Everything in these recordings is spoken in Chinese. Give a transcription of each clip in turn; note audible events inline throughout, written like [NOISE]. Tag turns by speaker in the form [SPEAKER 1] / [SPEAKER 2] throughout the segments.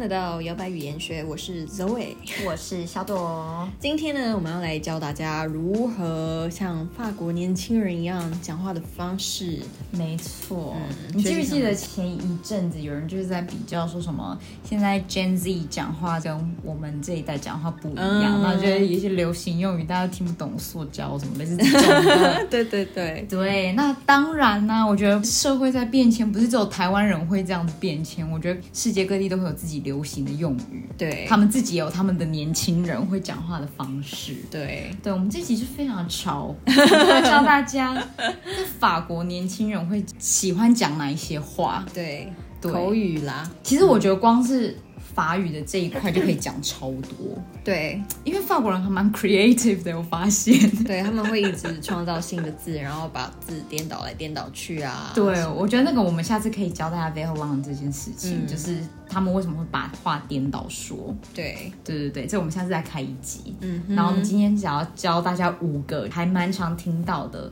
[SPEAKER 1] 得到摇摆语言学，我是 Zoe。
[SPEAKER 2] 我是小朵，
[SPEAKER 1] 今天呢，我们要来教大家如何像法国年轻人一样讲话的方
[SPEAKER 2] [LAUGHS]
[SPEAKER 1] 式。
[SPEAKER 2] 没错。
[SPEAKER 1] 嗯
[SPEAKER 2] 你记不记得前一阵子有人就是在比较说什么，现在 Gen Z 讲话跟我们这一代讲话不一样，
[SPEAKER 1] 嗯
[SPEAKER 2] 那、就是有一些流行用语大家都听不懂，塑胶什么类似这 [LAUGHS] 种的。
[SPEAKER 1] 对对对，
[SPEAKER 2] 对，那当然啦、我觉得社会在变迁，不是只有台湾人会这样子变迁，我觉得世界各地都会有自己流行的用语，
[SPEAKER 1] 对，
[SPEAKER 2] 他们自己也有他们的年轻人会讲话的方式。
[SPEAKER 1] 对，
[SPEAKER 2] 对，我们这集就非常潮，要教大家在法国年轻人会喜欢讲哪一些话。
[SPEAKER 1] 对，
[SPEAKER 2] 对
[SPEAKER 1] 口语啦，
[SPEAKER 2] 其实我觉得光是法语的这一块就可以讲超多，
[SPEAKER 1] 对，
[SPEAKER 2] 因为法国人还蛮 creative 的，我发现。
[SPEAKER 1] 对，他们会一直创造新的字，然后把字颠倒来颠倒去啊。
[SPEAKER 2] 对，我觉得那个我们下次可以教大家 very long 这件事情，
[SPEAKER 1] 嗯
[SPEAKER 2] 就是他们为什么会把话颠倒说。
[SPEAKER 1] 对，
[SPEAKER 2] 对对对，这我们下次再开一集。
[SPEAKER 1] 嗯哼，
[SPEAKER 2] 然后我们今天想要教大家五个还蛮常听到的。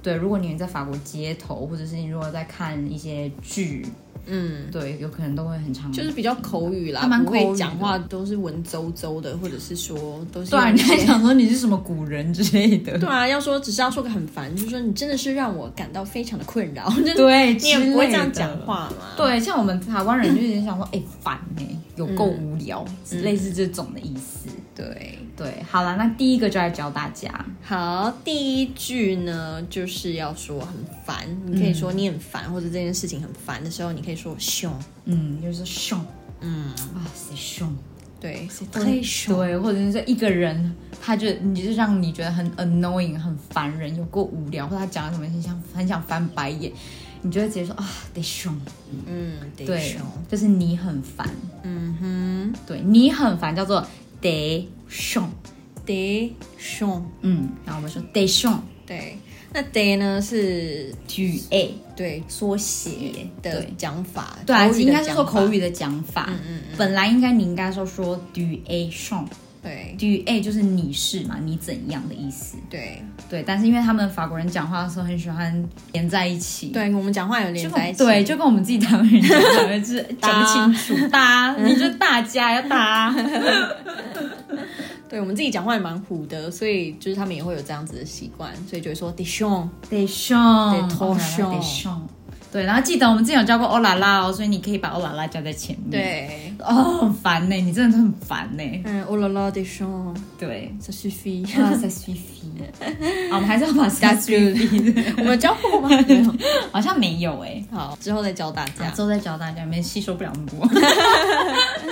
[SPEAKER 2] 对，如果你们在法国街头，或者是你如果在看一些剧，
[SPEAKER 1] 嗯。
[SPEAKER 2] 对，有可能都会很常
[SPEAKER 1] 就是比较口语啦，
[SPEAKER 2] 还蛮
[SPEAKER 1] 不
[SPEAKER 2] 口
[SPEAKER 1] 会
[SPEAKER 2] 语
[SPEAKER 1] 讲
[SPEAKER 2] 的
[SPEAKER 1] 话都是文绉绉的，或者是说都是
[SPEAKER 2] 对啊，
[SPEAKER 1] 用
[SPEAKER 2] 人
[SPEAKER 1] 一
[SPEAKER 2] 家
[SPEAKER 1] 些
[SPEAKER 2] 想说你是什么古人之
[SPEAKER 1] [LAUGHS]
[SPEAKER 2] 类 [LAUGHS] 的，
[SPEAKER 1] 对啊，要说只是要说个很烦，就是说你真的是让我感到非常的困扰， [LAUGHS] 就是
[SPEAKER 2] 对，
[SPEAKER 1] 你也
[SPEAKER 2] 之
[SPEAKER 1] 不会
[SPEAKER 2] 类
[SPEAKER 1] 这样
[SPEAKER 2] 的
[SPEAKER 1] 讲。话嘛。
[SPEAKER 2] 对，像我们台湾人就有点想说，哎、烦哎、有够无聊，
[SPEAKER 1] 嗯
[SPEAKER 2] 类似这种的意思。
[SPEAKER 1] 对，
[SPEAKER 2] 对，好了，那第一个就来教大家，
[SPEAKER 1] 好，第一句呢就是要说很烦，你可以说你很烦，或者这件事情很烦的时候，你可以说凶，
[SPEAKER 2] 嗯，就是凶
[SPEAKER 1] 嗯，
[SPEAKER 2] 啊，谁凶？
[SPEAKER 1] 对，是
[SPEAKER 2] 或者
[SPEAKER 1] 太凶，
[SPEAKER 2] 对，或者是说一个人，他就你就让你觉得很 annoying、很烦人，有够无聊，或者他讲了什么很想很想翻白眼，你就会直接说啊，得凶，
[SPEAKER 1] 嗯，得
[SPEAKER 2] 对
[SPEAKER 1] 凶，，
[SPEAKER 2] 就是你很烦，
[SPEAKER 1] 嗯
[SPEAKER 2] 对你很烦叫做得凶，
[SPEAKER 1] 哼，得凶，
[SPEAKER 2] 嗯，然后我们说得凶
[SPEAKER 1] 对，那得呢是
[SPEAKER 2] t a
[SPEAKER 1] 对
[SPEAKER 2] 缩写
[SPEAKER 1] 的
[SPEAKER 2] 对。
[SPEAKER 1] 讲法，
[SPEAKER 2] 对啊，
[SPEAKER 1] 口语的
[SPEAKER 2] 应该是
[SPEAKER 1] 讲
[SPEAKER 2] 说
[SPEAKER 1] 法
[SPEAKER 2] 口，语的讲法。
[SPEAKER 1] 嗯嗯嗯，
[SPEAKER 2] 本来应该你应该说说 do a s o n
[SPEAKER 1] 对
[SPEAKER 2] do a 就是你是嘛，你怎样的意思。
[SPEAKER 1] 对
[SPEAKER 2] 对，但是因为他们法国人讲话的时候很喜欢连在一起，
[SPEAKER 1] 对，我们讲话有
[SPEAKER 2] 就
[SPEAKER 1] 连在一
[SPEAKER 2] 跟，
[SPEAKER 1] 起，
[SPEAKER 2] 对，就跟我们自己台湾人讲话
[SPEAKER 1] [LAUGHS]
[SPEAKER 2] 就是讲不清楚，大，你就大家要大，
[SPEAKER 1] 对我们自己讲话也蛮虎的，所以就是他们也会有这样子的习惯，所以就会说 d i s h o n
[SPEAKER 2] 得凶，
[SPEAKER 1] [LAUGHS] 得头凶
[SPEAKER 2] 得凶。对，然后记得我们之前有教过欧啦啦哦，所以你可以把欧啦啦加在前面。，
[SPEAKER 1] 对，
[SPEAKER 2] 哦，很烦呢、你真的很烦呢、
[SPEAKER 1] 嗯，oh la la d i s h o n [LAUGHS]
[SPEAKER 2] 对，
[SPEAKER 1] ça suffit。
[SPEAKER 2] 啊，在 s u f 啊，我们还是要把 s u
[SPEAKER 1] good，我们教过
[SPEAKER 2] [LAUGHS]
[SPEAKER 1] 吗？没有
[SPEAKER 2] 好像没有哎、
[SPEAKER 1] 好，之后再教大家。
[SPEAKER 2] 之后再教大家，没吸收不了那么多。 [LAUGHS]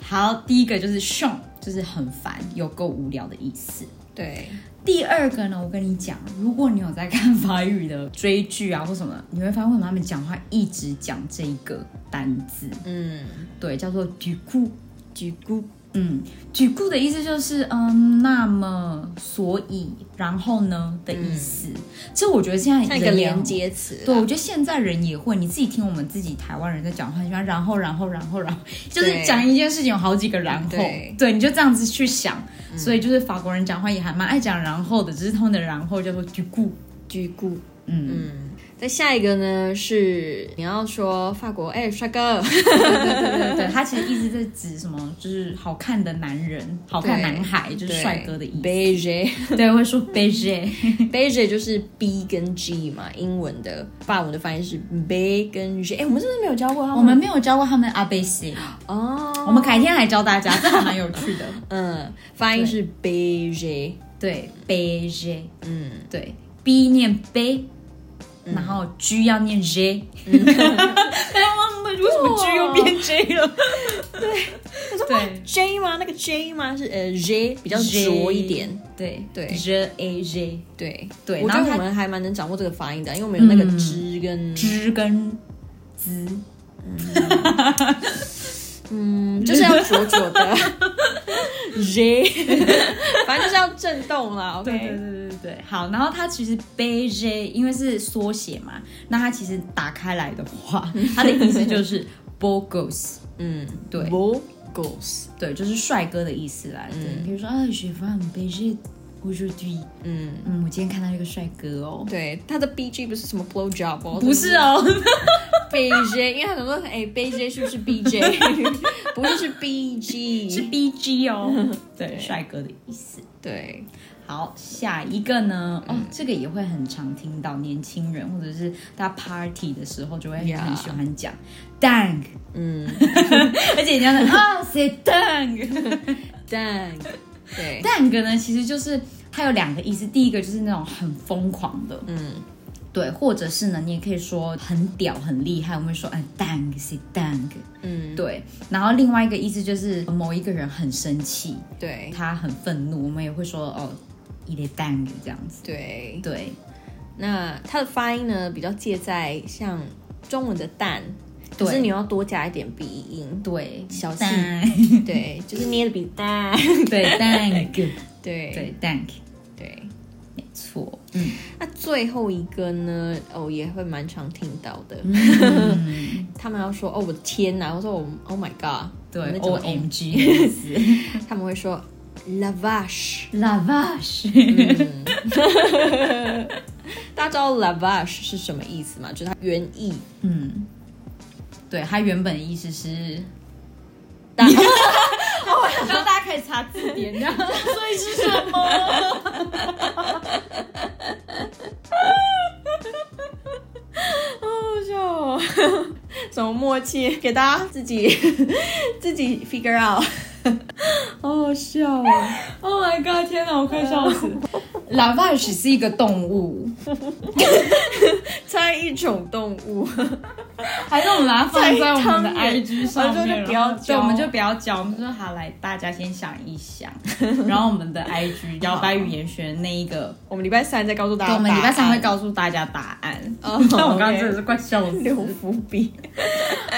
[SPEAKER 2] 好，第一个就是凶，就是很烦，有够无聊的意思。
[SPEAKER 1] 对，
[SPEAKER 2] 第二个呢，我跟你讲，如果你有在看法语的追剧啊或什么，你会发现为什么他们讲话一直讲这一个单字，
[SPEAKER 1] 嗯，
[SPEAKER 2] 对，叫做 du coup。
[SPEAKER 1] 举菇，
[SPEAKER 2] 嗯，du coup 的意思就是嗯，那么所以然后呢的意思。这我觉得现在
[SPEAKER 1] 嗯像一个
[SPEAKER 2] 人也
[SPEAKER 1] 连接词啦。
[SPEAKER 2] 对，我觉得现在人也会，你自己听我们自己台湾人在讲话，很喜欢然后然后然后然后，就是讲一件事情有好几个然后，
[SPEAKER 1] 对嗯
[SPEAKER 2] 你就这样子去想。所以就是法国人讲话也还蛮爱讲然后的，只是他们的然后叫做 du coup。
[SPEAKER 1] 举菇，
[SPEAKER 2] 嗯，
[SPEAKER 1] 嗯。再下一个呢是你要说法国，哎、帅哥，
[SPEAKER 2] 对对对对对，他其实一直在指什么，就是好看的男人、好看男孩，就是帅哥的意思。
[SPEAKER 1] beige，beige
[SPEAKER 2] 对，会说
[SPEAKER 1] [LAUGHS]
[SPEAKER 2] beige，
[SPEAKER 1] 就是 B 跟 G 嘛，英文的，法文的发音是 B 跟 G。哎、我们是不是没有教过他
[SPEAKER 2] 我们没有教过他们 a b c，
[SPEAKER 1] 哦，
[SPEAKER 2] 我们改天来教大家，这还蛮有趣的。
[SPEAKER 1] 嗯，发音是 beige，
[SPEAKER 2] 对，beige。
[SPEAKER 1] 嗯，
[SPEAKER 2] 对，b 念 b，、然后 g 要念 j。大 [LAUGHS] 家忘嗯了为什么 g 又变 j 了？对
[SPEAKER 1] ，J 吗？那个 J 吗？是呃 J 比较
[SPEAKER 2] J
[SPEAKER 1] 浊一点，
[SPEAKER 2] 对
[SPEAKER 1] 对
[SPEAKER 2] ，j a j
[SPEAKER 1] 对
[SPEAKER 2] 对
[SPEAKER 1] 我觉得
[SPEAKER 2] 然后
[SPEAKER 1] 我
[SPEAKER 2] 它
[SPEAKER 1] 们还蛮能掌握这个发音的，因为我们有那个
[SPEAKER 2] 嗯
[SPEAKER 1] z 跟
[SPEAKER 2] z 跟滋，
[SPEAKER 1] 嗯，就是要浊浊的 J，反正就是要震动啦。OK，
[SPEAKER 2] 对对对。好，然后它其实 b j 因为是缩写嘛，那它其实打开来的话，它的意思就是 bogos。
[SPEAKER 1] 嗯，
[SPEAKER 2] 对
[SPEAKER 1] vocals，
[SPEAKER 2] 对，就是帅哥的意思啦。对，比如说啊，雪芳 b j aujourd'hui，
[SPEAKER 1] 嗯，
[SPEAKER 2] 嗯，我今天看到一个帅哥哦，
[SPEAKER 1] 对，它的 B G 不是什么 blow job 哦，
[SPEAKER 2] 不是哦，
[SPEAKER 1] B J，因为他想说，哎，B J 是不是 B J？不是，是 B
[SPEAKER 2] 是
[SPEAKER 1] G。
[SPEAKER 2] B G 哦，
[SPEAKER 1] [LAUGHS] 对
[SPEAKER 2] 帅哥的意思。
[SPEAKER 1] 对，
[SPEAKER 2] 好，下一个呢？哦，
[SPEAKER 1] 嗯
[SPEAKER 2] 这个也会很常听到，年轻人或者是大家 party 的时候就会
[SPEAKER 1] Yeah
[SPEAKER 2] 很喜欢讲 dang，
[SPEAKER 1] 嗯，
[SPEAKER 2] [LAUGHS] 而且人家
[SPEAKER 1] [LAUGHS]
[SPEAKER 2] 说啊 say dang
[SPEAKER 1] 但对，
[SPEAKER 2] dang 呢，其实就是它有两个意思，第一个就是那种很疯狂的，
[SPEAKER 1] 嗯，
[SPEAKER 2] 对，或者是呢，你也可以说很屌、很厉害，我们会说哎 dang say dang，
[SPEAKER 1] 嗯，
[SPEAKER 2] 对，然后另外一个意思就是某一个人很生气，
[SPEAKER 1] 对，
[SPEAKER 2] 他很愤怒，我们也会说哦 i d dang 这样子，
[SPEAKER 1] 对。
[SPEAKER 2] 对。
[SPEAKER 1] 那它的发音呢，比较介在像中文的蛋，可是
[SPEAKER 2] 对
[SPEAKER 1] 你要多加一点鼻音。
[SPEAKER 2] 对，
[SPEAKER 1] 小气
[SPEAKER 2] 气，
[SPEAKER 1] 对，就是捏的比蛋。
[SPEAKER 2] [LAUGHS] 对，thank，
[SPEAKER 1] [LAUGHS] 对
[SPEAKER 2] 对，thank，
[SPEAKER 1] 对。
[SPEAKER 2] 没错，嗯，
[SPEAKER 1] 那最后一个呢？哦，也会蛮常听到的。 [LAUGHS] 他们要说：“哦，我的天哪！”我说：“我 Oh my God！”
[SPEAKER 2] 对
[SPEAKER 1] 那种
[SPEAKER 2] ，O M G， [LAUGHS]
[SPEAKER 1] 他们会说 “lavash”。
[SPEAKER 2] lavash，
[SPEAKER 1] 大家知道 “lavash” 是什么意思吗？就是它原意。
[SPEAKER 2] 嗯，对，它原本的意思是， [LAUGHS] 哦
[SPEAKER 1] 大
[SPEAKER 2] 然后大家开始查字典，然后所以是什么？
[SPEAKER 1] 好笑哦， [LAUGHS] 什么默契？给大家自己 [LAUGHS] 自己 figure out。好好笑哦！
[SPEAKER 2] Oh my god！天哪，我快笑 [LAUGHS] 死了。lavash 是一个动物，
[SPEAKER 1] 猜一种动物，
[SPEAKER 2] 还是我们把它放在我
[SPEAKER 1] 在汤
[SPEAKER 2] 们的
[SPEAKER 1] 圆
[SPEAKER 2] IG 上
[SPEAKER 1] 我们
[SPEAKER 2] 面，
[SPEAKER 1] 就不要
[SPEAKER 2] 然后
[SPEAKER 1] 教
[SPEAKER 2] 对，我们就不要教，我们就说好来，大家先想一 [LAUGHS] 想，然后我们的 IG 摇摆语言学那一个，
[SPEAKER 1] 我们礼拜三再告诉大家
[SPEAKER 2] 对，
[SPEAKER 1] 答案。
[SPEAKER 2] 我们礼拜三会告诉大家答案。
[SPEAKER 1] 哦
[SPEAKER 2] 但 [LAUGHS] 我刚刚
[SPEAKER 1] OK
[SPEAKER 2] 真的是快笑 [LAUGHS] 死。
[SPEAKER 1] 留伏笔，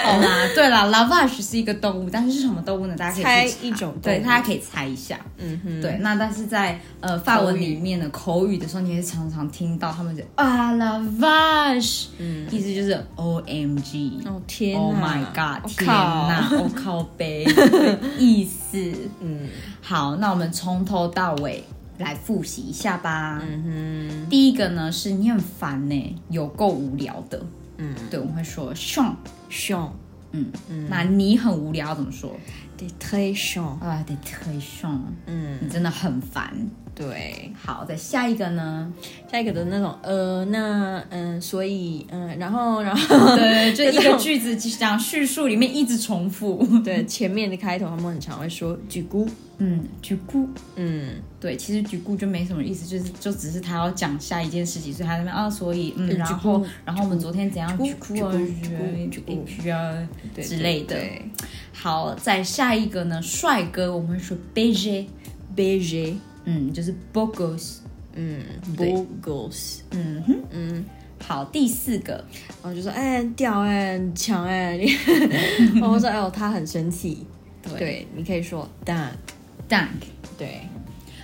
[SPEAKER 2] 好啦，对啦，lavash 是一个动物，但是是什么动物呢？大家可以
[SPEAKER 1] 猜
[SPEAKER 2] 去查
[SPEAKER 1] 一种动物
[SPEAKER 2] 对，大家可以猜一下。
[SPEAKER 1] 嗯哼，
[SPEAKER 2] 对，那但是在呃法文里面的口语的时候，你会常常听到他们就啊 lavash，嗯，意思就是 O M G。
[SPEAKER 1] 哦天
[SPEAKER 2] Oh
[SPEAKER 1] 哪
[SPEAKER 2] my god！
[SPEAKER 1] 我
[SPEAKER 2] 天
[SPEAKER 1] 靠
[SPEAKER 2] 哪，我靠呗，对意思。
[SPEAKER 1] [LAUGHS] 嗯
[SPEAKER 2] 好，那我们从头到尾来复习一下吧。
[SPEAKER 1] 嗯哼，
[SPEAKER 2] 第一个呢是你很烦呢、有够无聊的。
[SPEAKER 1] 嗯，
[SPEAKER 2] 对，我们会说 s h a n
[SPEAKER 1] 凶，
[SPEAKER 2] 嗯，那你很无聊怎么说？
[SPEAKER 1] 对，太凶，
[SPEAKER 2] 啊，得推 s h a n
[SPEAKER 1] 嗯，
[SPEAKER 2] 你真的很烦。
[SPEAKER 1] 对。
[SPEAKER 2] 好，再下一
[SPEAKER 1] [LAUGHS]
[SPEAKER 2] 个呢？
[SPEAKER 1] 下一个的那种，呃，那，嗯，所以，嗯，然后，然后， [LAUGHS]
[SPEAKER 2] 对，就一
[SPEAKER 1] 这
[SPEAKER 2] 个
[SPEAKER 1] 种
[SPEAKER 2] 句子讲叙述里面一直重复。
[SPEAKER 1] [LAUGHS] 对，前面的开头他们很常会说“举姑
[SPEAKER 2] 嗯，举故。”，
[SPEAKER 1] 嗯，
[SPEAKER 2] 对，其实举故就没什么意思，就是就只是他要讲下一件事情，所以他在那边啊，所以嗯，
[SPEAKER 1] 嗯
[SPEAKER 2] 然
[SPEAKER 1] 举
[SPEAKER 2] 后
[SPEAKER 1] 故
[SPEAKER 2] 然后我们昨天怎样
[SPEAKER 1] 故
[SPEAKER 2] 举故
[SPEAKER 1] 举
[SPEAKER 2] 啊
[SPEAKER 1] 故举故
[SPEAKER 2] 举故啊
[SPEAKER 1] 对
[SPEAKER 2] 之类的。
[SPEAKER 1] 对
[SPEAKER 2] 好，再下一个呢，帅哥我们会说 b e g
[SPEAKER 1] b e g
[SPEAKER 2] 嗯，就是 bogos，
[SPEAKER 1] 嗯
[SPEAKER 2] 对
[SPEAKER 1] ，bogles，
[SPEAKER 2] 嗯哼，
[SPEAKER 1] 嗯，
[SPEAKER 2] 好，第四个，
[SPEAKER 1] 然后就说，哎，很屌，哎，很强，哎，
[SPEAKER 2] [LAUGHS]
[SPEAKER 1] 你然后说，哎呦，他很生气，
[SPEAKER 2] 对
[SPEAKER 1] 对，你可以说 “dank”，
[SPEAKER 2] dank。
[SPEAKER 1] 对，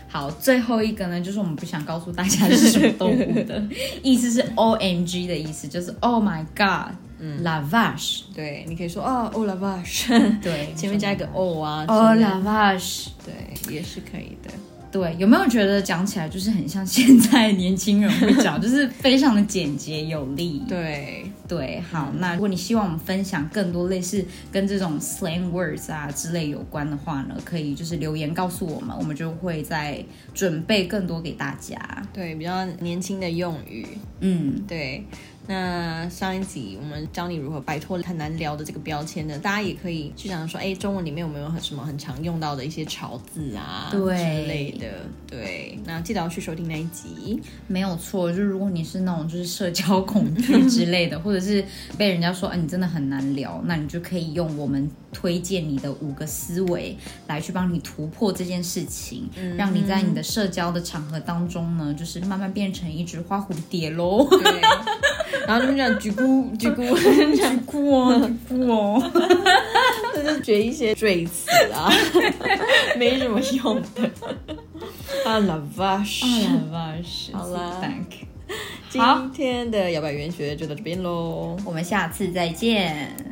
[SPEAKER 2] 好，最后一个呢，就是我们不想告诉大家是什么动物
[SPEAKER 1] [LAUGHS]
[SPEAKER 2] 的意思是 O M G 的意思，就是 Oh my God，嗯，La Vache，
[SPEAKER 1] 对，你可以说，哦，oh la vache， [LAUGHS]
[SPEAKER 2] 对，
[SPEAKER 1] 前面加一个 “o” 啊，
[SPEAKER 2] Oh
[SPEAKER 1] 之类的
[SPEAKER 2] La Vache。
[SPEAKER 1] 对，也是可以的。
[SPEAKER 2] 对，有没有觉得讲起来就是很像现在年轻人会讲，就是非常的简洁有力？
[SPEAKER 1] 对，
[SPEAKER 2] 对，好，那如果你希望我们分享更多类似跟这种 slang words 啊之类有关的话呢，可以就是留言告诉我们，我们就会再准备更多给大家。
[SPEAKER 1] 对，比较年轻的用语。
[SPEAKER 2] 嗯，
[SPEAKER 1] 对，那上一集我们教你如何摆脱很难聊的这个标签呢，大家也可以去想说，哎，中文里面有没有很什么很常用到的一些潮字啊
[SPEAKER 2] 对
[SPEAKER 1] 之类的。对，那记得要去收听那一集。 [LAUGHS]
[SPEAKER 2] 没有错，就是如果你是那种就是社交恐 [LAUGHS] 惧之类的，或者是被人家说啊你真的很难聊，那你就可以用我们推荐你的五个思维来去帮你突破这件事情，让你在你的社交的场合当中呢，就是慢慢变成一只花蝴蝶喽。 [LAUGHS]
[SPEAKER 1] 对，然后就这样鞠 [LAUGHS] 躬鞠躬，
[SPEAKER 2] 举酷哦，举酷 [LAUGHS] 哦，
[SPEAKER 1] 就是学一些赘词啊， [LAUGHS] 没什么用的。 [LAUGHS] 啊，lavash。
[SPEAKER 2] 哎好啦
[SPEAKER 1] 好今天的摇摆元学就到这边喽。
[SPEAKER 2] 我们下次再见。